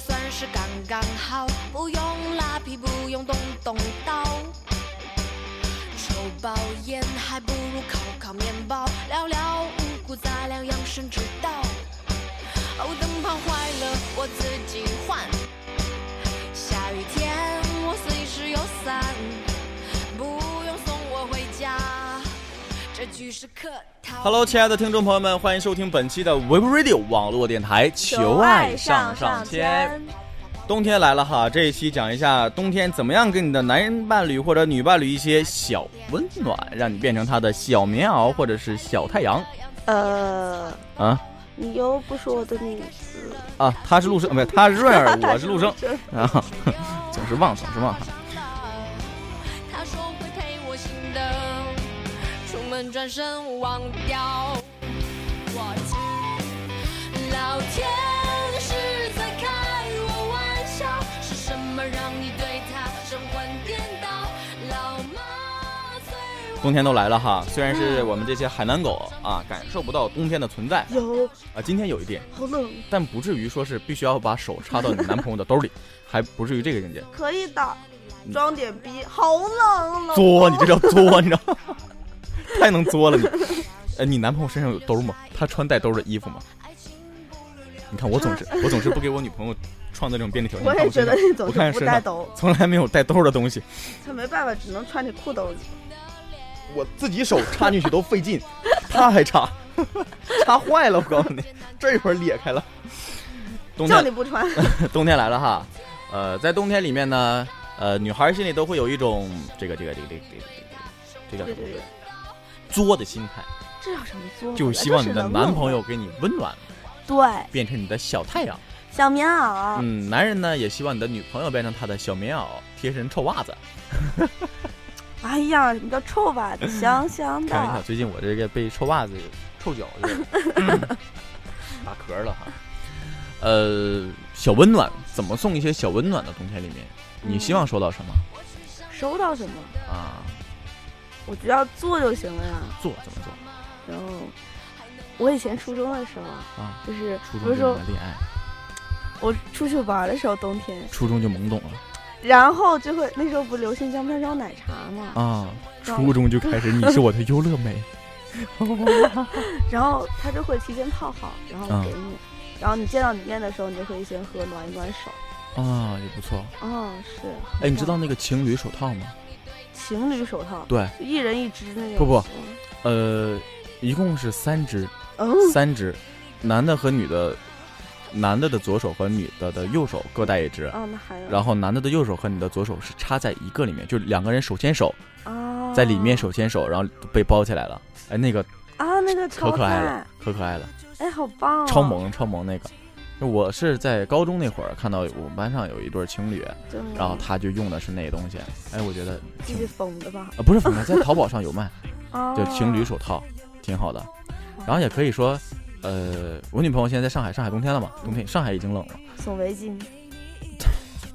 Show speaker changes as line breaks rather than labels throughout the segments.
算是刚刚好，不用拉皮，不用动动刀。抽包烟还不如烤烤面包，聊聊五谷杂粮养生之道。哦，灯泡坏了我自己换，下雨天我随时有伞，不用送我回家。这句是客套。
Hello，亲爱的听众朋友们，欢迎收听本期的 Web Radio 网络电台《求爱上上签》。冬天来了哈，这一期讲一下冬天怎么样跟你的男伴侣或者女伴侣一些小温暖，让你变成他的小棉袄或者是小太阳
呃，
啊
你又不说我的名字，
啊！他是 陆生，不是他是润儿，我是陆 生
这
啊， 总是忘，总是忘哈。
他说会陪我心的，出门转身忘掉。我老天是在开我玩笑，是什么让你对他神魂颠倒？老妈催我
冬天都来了哈，虽然是我们这些海南狗啊，感受不到冬天的存在
有
啊，今天有一点，
好冷，
但不至于说是必须要把手插到你男朋友的兜里，还不至于这个境界。
可以的，装点逼，好冷冷。
作，你这叫作，你知道 吗？太能作了你。呃，你男朋友身上有兜吗？他穿带兜的衣服吗？
爱情不留恋。
你看我 总是我总是不给我女朋友创造这种便利条件。
我也觉得
你
你
看
总
我身上我看
是
身
不
上
带兜，
从来没有带兜的东西，
他没办法，只能穿你裤兜里。
我自己手插进去都费 劲，他还插， 插坏了，我告诉你，这一会儿裂开了。冬
叫
天
你不 穿，
冬天来了哈，呃，在冬天里面呢，呃，女孩心里都会有一种这个这个这个这个这个这个这叫
对
什
对
么
对，
作的心态，
这叫什么 作？
就希望你的
哦本来就是冷
男朋友给你温暖，
对啊
变成你的小太阳。
小棉袄，
嗯，男人呢也希望你的女朋友变成他的小棉袄、贴身臭袜子。
哎呀，什么叫臭袜子？香香
开玩笑，
的，啊
最近我这个被臭袜子、臭脚这 个打嗝了哈。呃，小温暖怎么送一些小温暖的冬天里面？你
嗯
希望收到什么、
收到什么？
啊？
我只要做就行了呀。
做怎么做
然后，我以前初中的时候啊，
啊？
就是
初中
不
就是
说
谈恋爱，
我出去玩的时候，冬天，
初中就懵懂了
然后就会那时候不流行姜片装奶茶嘛，
啊！
然
初
后
中就开始，你是我的优乐 美。
然后他就会提前泡好，然后
嗯
给你，然后你见到里面的时候，你就可以先喝，暖一暖手。
啊，也不错。
哦，是。
哎，你知道那个情侣手套 吗？
情侣手套，
对，
一人一只那种。
不不，呃，一共是三只，
嗯，
三只，男的和女的，男的的左手和女的的右手各带一只，
哦，那还有。
然后男的的右手和你的左手是插在一个里面，就两个人手牵手，
啊，
在里面手牵手，然后被包起来了。哎，那个
啊，那个
可
超
可爱
赞
了，，可可爱了，
哎，好棒、哦，
超，萌超萌那个。我是在高中那会儿看到我们班上有一对情侣，
真萌
然后他就用的是那个东西，哎，我觉得
这是疯的吧？
啊不是，反正在淘宝上有卖，
啊，
就情侣手套，挺好的。然后也可以说，呃，我女朋友现在在上海，上海冬天了嘛，冬天上海已经冷了。
送 围巾，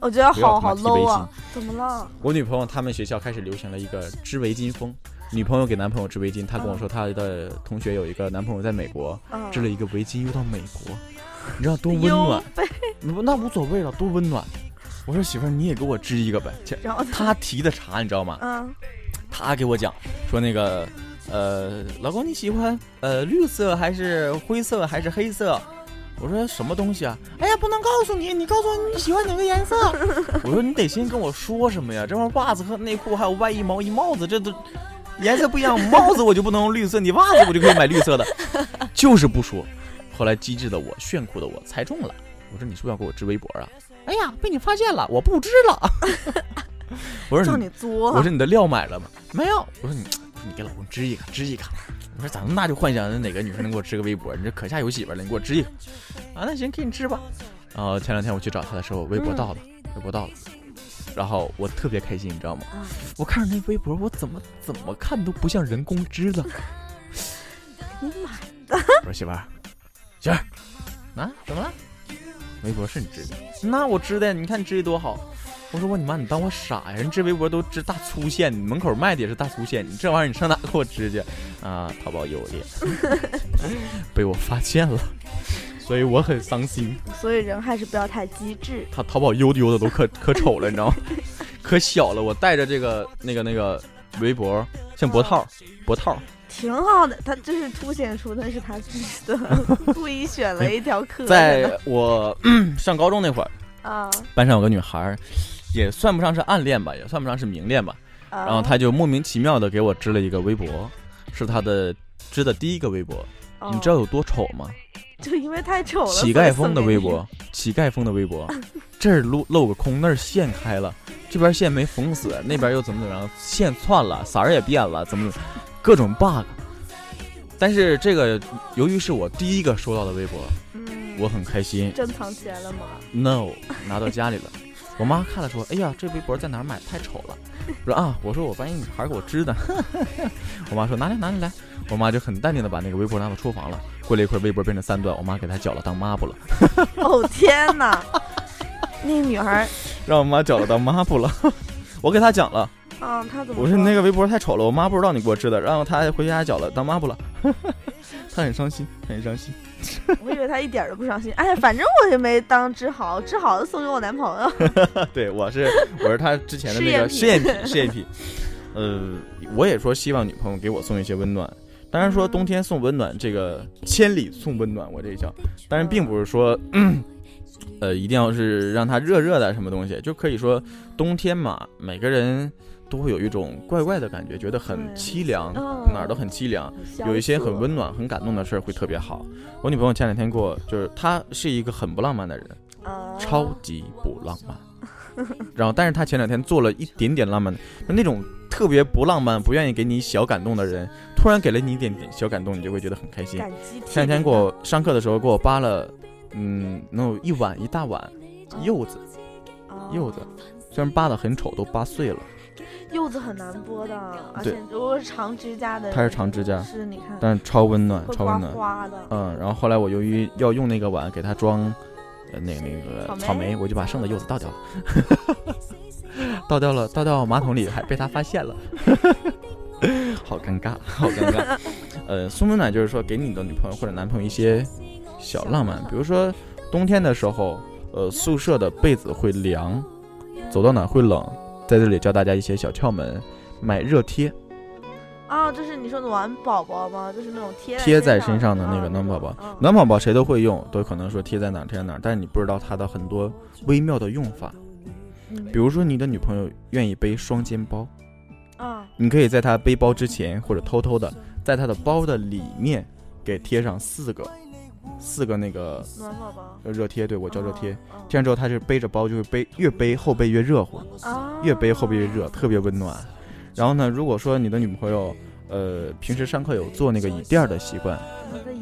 我觉得
不要
好
他妈
好
提围
low
巾
啊！！怎么了？
我女朋友他们学校开始流行了一个织围巾风，女朋友给男朋友织围巾，她跟我说她的同学有一个男朋友在美国
嗯，
织了一个围巾，又到美国，你知道多温暖？
被
不那无所谓了，多温暖。我说媳妇儿，你也给我织一个呗。切
然后他，
她提的茬，你知道吗？
嗯，
她给我讲说那个，呃，老公你喜欢呃绿色还是灰色还是黑色？我说什么东西啊？哎呀，不能告诉你，你告诉我你喜欢哪个 颜色。我说你得先跟我说什么呀？这玩意儿袜子和内裤还有外衣、毛衣、帽子，这都颜色不一样。帽子我就不能用绿色，你袜子我就可以买绿色的， 就是不说。后来机智的我、炫酷的我猜中了。我说你是不是要给我织围脖啊？哎呀，被你发现了，我不织了。 我说
叫
你
你作，
我说你的料买了吗？没有。我说你，我说你给老公织一个，织一个。我说咱们那就幻想着哪个女生能给我织个围脖，你这可下有媳妇了，你给我织一个。啊，那行，给你织吧。嗯然后前两天我去找他的时候，围脖到了，围脖到了。然后我特别开心，你知道吗？
嗯
我看着那围脖，我怎么怎么看都不像人工织的。
你买
我说媳妇儿，媳妇儿，啊，怎么了？围脖是你织的？那我织的，呀，你看你织的多好。我说我你妈，你当我傻呀？人织围脖都织大粗线，你门口卖的也是大粗线，你这玩意儿你上哪 给我织去？啊，淘宝有的，被我发现了。所以我很伤心。
所以人还是不要太机智。
他淘宝悠的悠的都可可丑了，你知道吗？可小了，我带着这个那个那个围脖，像脖套，脖套，
挺好的，他就是凸显出那是他自己 的，故意选了一条可爱的
在我 上高中那会儿，
啊
班上有个女孩儿，也算不上是暗恋吧，也算不上是明恋吧，
啊！
然后她就莫名其妙的给我织了一个围脖，是她的织的第一个围脖，
哦
你知道有多丑吗？
就因为太丑了，
乞丐风的围
微
脖，乞丐风的围 脖，这儿露露个空，那儿线开了，这边线没缝死，那边又怎么怎么样，线窜了，色儿也变了，怎么怎么，各种 bug。但是这个由于是我第一个收到的微博，
嗯，
我很开心。
珍藏起来了吗？
No，拿到家里了，我妈看了说：“哎呀，这围脖在哪儿买？太丑了。”我说啊，我说我发现女孩给我织的， 我妈说拿来拿来来，我妈就很淡定的把那个围脖拿到厨房了，过了一会儿围脖变成三段，我妈给她绞了当抹布了。
哦天哪， 那女孩，
让我妈绞了当抹布了。 我给她讲了，
啊，她怎么？
我说你那个
个，
围脖太丑了，我妈不知道你给我织的，然后她回家绞了当抹布了， 她很伤心，很伤心。
我以为她一点儿都不伤心。哎，反正我也没当织好，织好了送给我男朋友。
对，我是我是她之前的那个试
试
验
验
品，试验品。呃，我也说希望女朋友给我送一些温暖，当然说冬天送温暖，这个千里送温暖，我这一叫，当然并不是说。 嗯呃，一定要是让它热热的什么东西，就可以说冬天嘛，每个人都会有一种怪怪的感觉，觉得很
对
凄凉，
嗯
哪儿都很凄凉。
笑
有一些
死
很
了
温暖、很感动的事儿会特别好。我女朋友前两天给我，就是她是一个很不浪漫的人，
啊，
超级不浪漫。然后，但是她前两天做了一点点浪漫的，就那种特别不浪漫、不愿意给你小感动的人，突然给了你一点点小感动，你就会觉得很开心。
感激涕零。
前两天给我上课的时候，给我扒了，嗯，能有一碗一大碗
嗯
柚子，
啊
柚子，虽然扒的很丑，都扒碎了。
柚子很难剥的，而且如果是长指甲的，
它是长指甲，
是你看
但是超温暖，
会
超
刮
温暖。
花的。
嗯，然后后来我由于要用那个碗给它装，呃，那个那个
草莓
草莓，我就把剩的柚子倒掉了， 倒掉了，倒到马桶里，还被他发现了， 好尴尬，好尴尬。呃，送温暖就是说给你的女朋友或者男朋友一些小浪漫，比如说冬天的时候，呃，宿舍的被子会凉，走到哪儿会冷，在这里教大家一些小窍门，买热贴
啊，就是你说暖宝宝吗？就是那种贴
贴在
在
身上的那
啊
个暖宝宝。暖宝宝谁都会用，都可能说贴在哪儿贴在哪儿，但是你不知道它的很多微妙的用法。比
比
如说，你的女朋友愿意背双肩包，
啊，
你可以在她背包之前，或者偷偷的在她的包的里面给贴上四个，四个那个
暖宝宝，
热贴，对我叫热贴。
啊，
这样之乎，她就背着包就会背，越背后背越热乎，
啊
越背后背越热，特别温暖。然后呢，如果说你的女朋友，呃，平时上课有做那个椅垫儿的习惯，
啊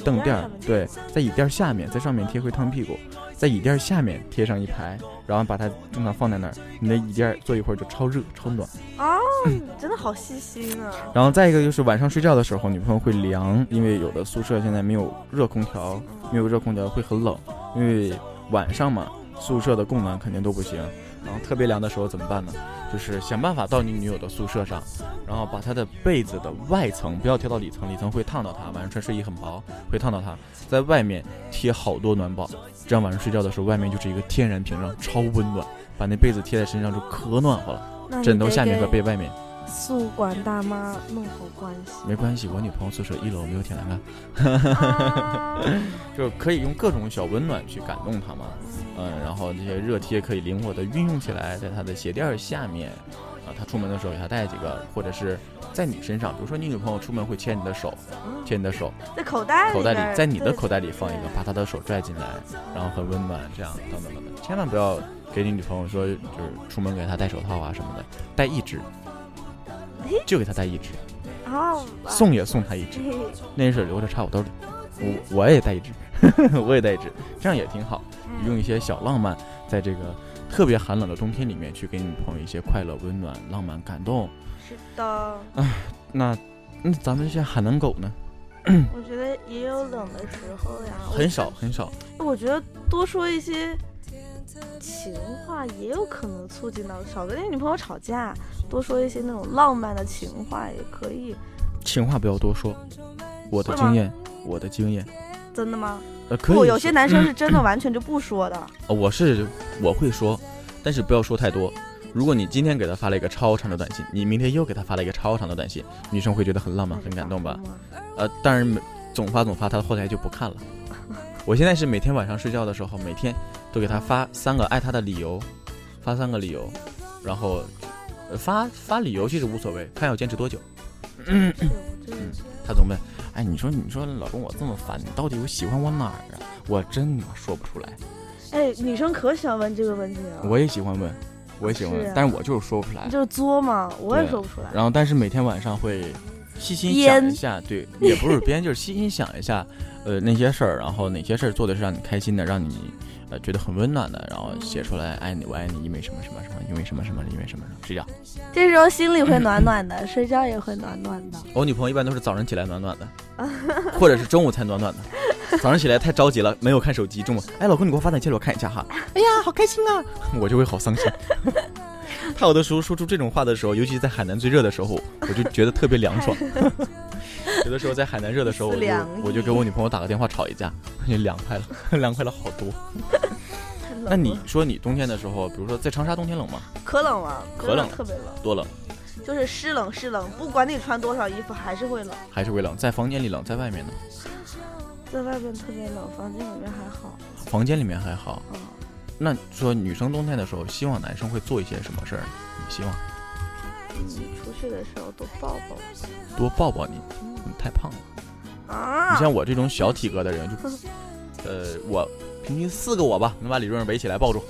凳垫儿，对，在椅垫儿下面，在上面贴会烫屁股，在椅垫儿下面贴上一排，然后把它正常放在那儿，你的椅垫儿坐一会儿就超热超暖。
啊，你真的好细心啊！
然后再一个就是晚上睡觉的时候，女朋友会凉，因为有的宿舍现在没有热空调，没有热空调会很冷，因为晚上嘛，宿舍的供暖肯定都不行。然后特别凉的时候怎么办呢？就是想办法到你女友的宿舍上，然后把她的被子的外层不要贴到里层，里层会烫到她。晚上穿睡衣很薄，会烫到她。在外面贴好多暖宝，这样晚上睡觉的时候，外面就是一个天然屏障，超温暖。把那被子贴在身上就可暖和了，
嗯那你
枕头
得
下面和被
给
外面。
宿管大妈弄好关系。
没关系，我女朋友宿舍一楼没有铁栏杆，
啊
就可以用各种小温暖去感动她嘛。嗯，然后这些热贴可以灵活的运用起来，在她的鞋垫儿下面，啊，她出门的时候给她带几个，或者是在你身上，比如说你女朋友出门会牵你的手，
嗯
牵你的手，
在口袋
口袋
边儿
里，在你的
对
口袋里放一个，把她的手拽进来，然后很温暖，这样等等等等，千万不要给你女朋友说就是出门给她戴手套啊什么的，戴一只
哎，
就给她戴一只，
啊，哇
送也送她一只。
嘿嘿
那是留着插我兜里，我我也带一支， 我也带一支，这样也挺好，
嗯
用一些小浪漫，在这个特别寒冷的冬天里面，去给女朋友一些快乐、温暖、浪漫、感动。
是的，
那那咱们这海南狗呢？
我觉得也有冷的时候呀。我
很少很少，
我觉得多说一些情话也有可能促进到，少跟你女朋友吵架，多说一些那种浪漫的情话也可以。
情话不要多说。我的
会吗
经验，我的经验，
真的吗？
呃，可以
不，
说。
有些男生是真的完全就不说的。
呃我是我会说，但是不要说太多。如果你今天给他发了一个超长的短信，你明天又给他发了一个超长的短信，女生会觉得很浪漫、很感动吧？呃，当然没总发总发，他后来就不看了。 我现在是每天晚上睡觉的时候，每天都给他发三个爱他的理由，发三个理由，然后、呃发发理由其实无所谓，看要坚持多久。嗯
对我真的
他总问，哎，你说你说老公我这么烦，你到底我喜欢我哪儿啊？我真他妈说不出来。
哎，女生可喜欢问这个问题了。
我也喜欢问，我也喜欢问，
是啊
但是我就是说不出来
你。就是作嘛，我也
对啊
说不出来。
然后，但是每天晚上会细心
编
想一下，对， 也不是编，就是细心想一下，呃，那些事儿，然后哪些事儿做的是让你开心的，让你呃觉得很温暖的，然后写出来，爱你，我爱你，因为什么什么什么，因为什么什么，因为什么什么，睡觉。
这时候心里会暖暖的，睡觉也会暖暖的。
我女朋友一般都是早上起来暖暖的，或者是中午才暖暖的。早上起来太着急了，没有看手机。中午，哎，老公，你给我发短信，我看一下哈。哎呀，好开心啊！我就会好伤心。他有的时候说出这种话的时候，尤其是在海南最热的时候，我就觉得特别凉爽。有的时候在海南热的时候，我
思
就
量
我就给我女朋友打个电话吵一架，就凉快了， 凉快了好多。那你说你冬天的时候，比如说在长沙冬天冷吗？
可冷了，
可
真的
冷
特别冷，
多冷，
就是湿冷湿冷，不管你穿多少衣服还是会冷。
还是会冷。在房间里冷，在外面呢？
在外边特别冷，房间里面还好。
房间里面还好。
嗯，
那说女生冬天的时候，希望男生会做一些什么事儿？你希望
你嗯出去的时候多抱抱我
多抱抱你，你太胖了。
啊
你！像我这种小体格的人，就呃，我平均四个我吧，能把李润儿围起来抱住。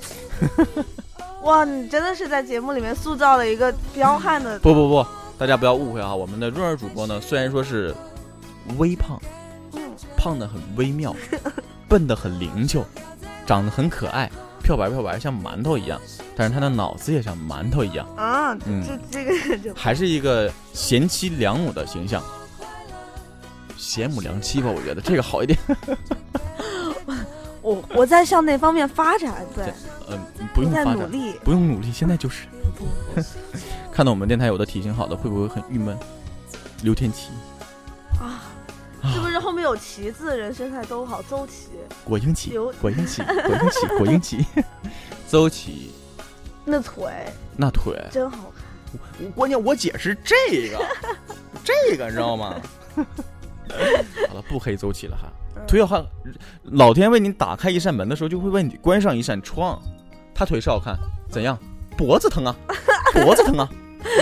哇，你真的是在节目里面塑造了一个彪悍的。
不不不，大家不要误会啊，我们的润儿主播呢，虽然说是微胖，
嗯，
胖的很微妙，笨的很灵巧，长得很可爱，漂白漂白像馒头一样，但是他的脑子也像馒头一样，
啊，
嗯
这这个就
还是一个贤妻良母的形象。贤母良妻吧，我觉得这个好一 点。
我我在向那方面发展，对，
嗯，不用
在
发
努
展，
力。
不用努力，现在就是。 看到我们电台有的体型好的，会不会很郁闷？刘天琪、
啊，是不是后面有“旗”字的人身材都好？周琦，
果英奇
刘、
果英奇、果英奇、果英 奇、邹琪
那腿
那腿，
真好看。
我关键我姐是这个，这个你知道吗？ 好了，不黑邹琪了哈。
嗯
腿要看，老天为你打开一扇门的时候，就会为你关上一扇窗。他腿是好看，怎样？脖子疼啊，脖子疼啊，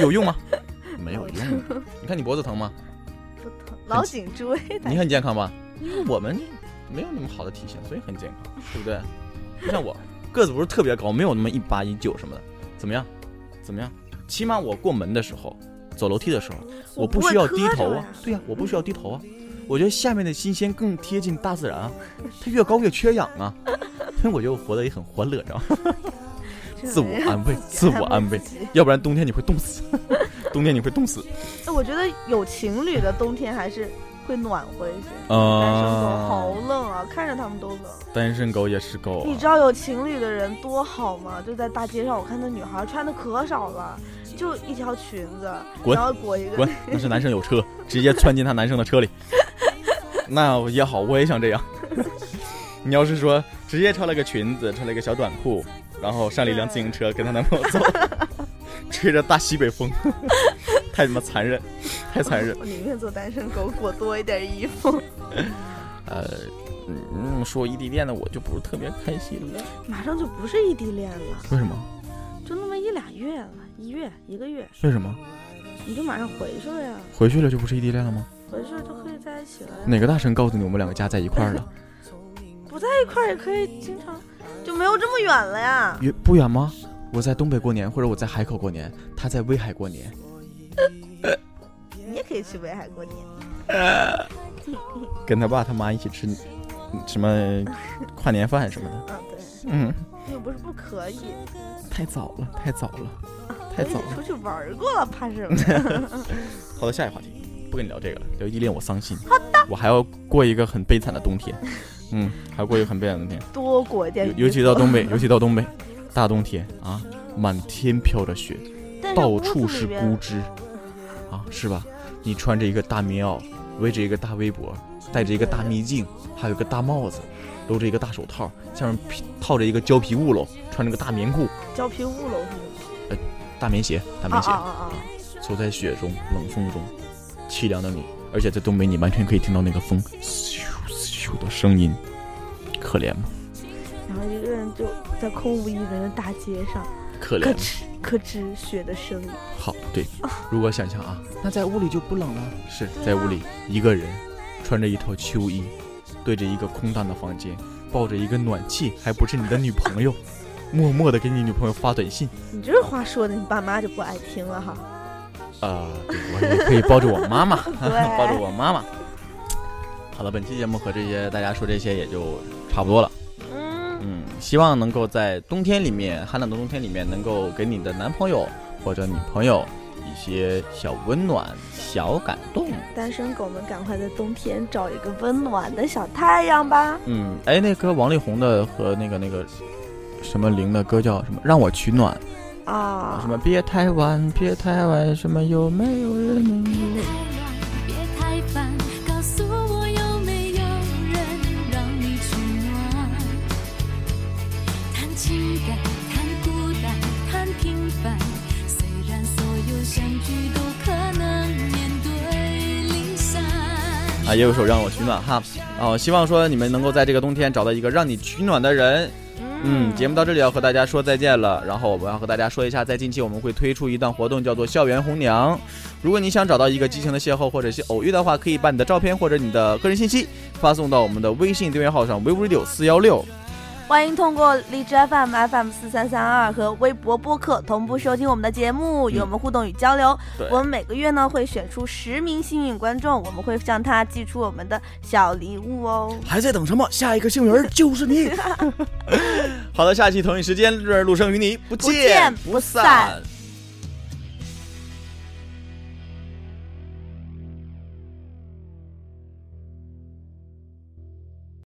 有用吗？没有用啊。你看你脖子疼吗？
不疼，老颈椎的
你很健康吧？因为我们没有那么好的体型，所以很健康，对不对？就像我个子不是特别高，没有那么一八一九什么的，怎么样？怎么样？起码我过门的时候，走楼梯的时候，我不需要低头啊，对呀、我不需要低头啊。我觉得下面的新鲜更贴近大自然啊，它越高越缺氧啊，所以我就活得也很欢乐，知道吗？自我安慰，自我安慰，要不然冬天你会冻死， 冬天你会冻死。
哎，我觉得有情侣的冬天还是会暖和一些。
啊
单身狗好冷啊，看着他们都冷。
单身狗也是狗、
你
啊
知，道有情侣的人多好吗？就在大街上，我看那女孩穿的可少了，就一条裙子，
滚
然后裹一个
滚，那是男生有 车，直接窜进他男生的车里。那也好，我也想这 样。你要是说直接穿了个裙子，穿了一个小短裤，然后上了一辆自行车跟她男朋友 走，吹着大西北风， 太他妈残忍，太残忍。
我宁愿做单身狗，裹多一点衣服。
呃，嗯，说异地恋的我就不是特别开心了。
马上就不是异地恋了，
为什么？
就那么一俩月了，一月一个月，
为什么？
你就马上回去了呀，
回去了就不是异地恋了吗？
回去了就可以在一起了呀。
哪个大神告诉你我们两个家在一块儿了？
不在一块儿也可以经常，就没有这么远了呀。
远不远吗？我在东北过年，或者我在海口过年，他在威海过年。
你也可以去威海过年，
跟他爸他妈一起吃嗯什 么跨年饭什么的。
啊，对，
嗯，
又不是不可以，
太早了，太早了，太
我一
早
起
了。
出去玩儿过了，怕什么？
好的，下一个话题，不跟你聊这个了，聊异地恋我伤心。好的，我还要过一个很悲惨的冬天。嗯，还要过一个很悲惨的 冬天，
多裹一点衣服，
尤尤其到东北，尤其到东北，大冬天啊，满天飘着雪，
但是
到
屋子
处
里
是
边
枯枝，啊，是吧？你穿着一个大棉袄，围着一个大围脖，戴着一个大秘镜，还有一个大帽子，搂着一个大手套，下面披套着一个胶皮屋喽，穿着个大棉裤、
胶皮屋楼是吗？
大棉鞋、大
啊
棉鞋
啊，啊啊！
走在雪中、冷风中，凄凉的你。而且在东北，你完全可以听到那个风咻咻的声音，可怜吗？
然后一个人就在空无一人的大街上，
可
咯
怜吗。
吱咯吱雪的声音。
好，对，如果想象啊，那在屋里就不冷了。是在屋里，一个人穿着一套秋衣，对着一个空荡的房间，抱着一个暖气，还不是你的女朋 友，默默的给你女朋友发短信。
你这话说的，你爸妈就不爱听了哈。
啊、对，我也可以抱着我妈妈，
对
抱着我妈妈。好了，本期节目和这些大家说这些也就差不多了。
嗯，
嗯，希望能够在冬天里面，寒冷的冬天里面，能够给你的男朋友或者女朋友一些小温暖、小感动。
单身狗们赶快在冬天找一个温暖的小太阳吧。
嗯，哎，那歌王力宏的和那个那个什么玲的歌叫什么？让我取暖。
啊
什，么别太晚，别太晚，什么有没有人能够？
别太烦，告诉我有没有人让你取暖。谈情感，谈孤单，谈平凡，虽然所有相聚都可能面对离散。
啊，也有首让我取暖哈。哦，希望说你们能够在这个冬天找到一个让你取暖的人。嗯，节目到这里要和大家说再见了。然后我们要和大家说一下，在近期我们会推出一档活动，叫做校园红娘。如果你想找到一个激情的邂逅或者是偶遇的话，可以把你的照片或者你的个人信息发送到我们的微信订阅号上 v i v r a d i o 四幺六。
欢迎通过荔枝 FM FM 四三三二和微博播客同步收听我们的节目，与我们互动与交流。
对
我们每个月呢会选出十名幸运观众，我们会向他寄出我们的小礼物哦。
还在等什么？下一个幸运儿就是 你。
好的，下期同一时间，润儿陆生与你不
不见不散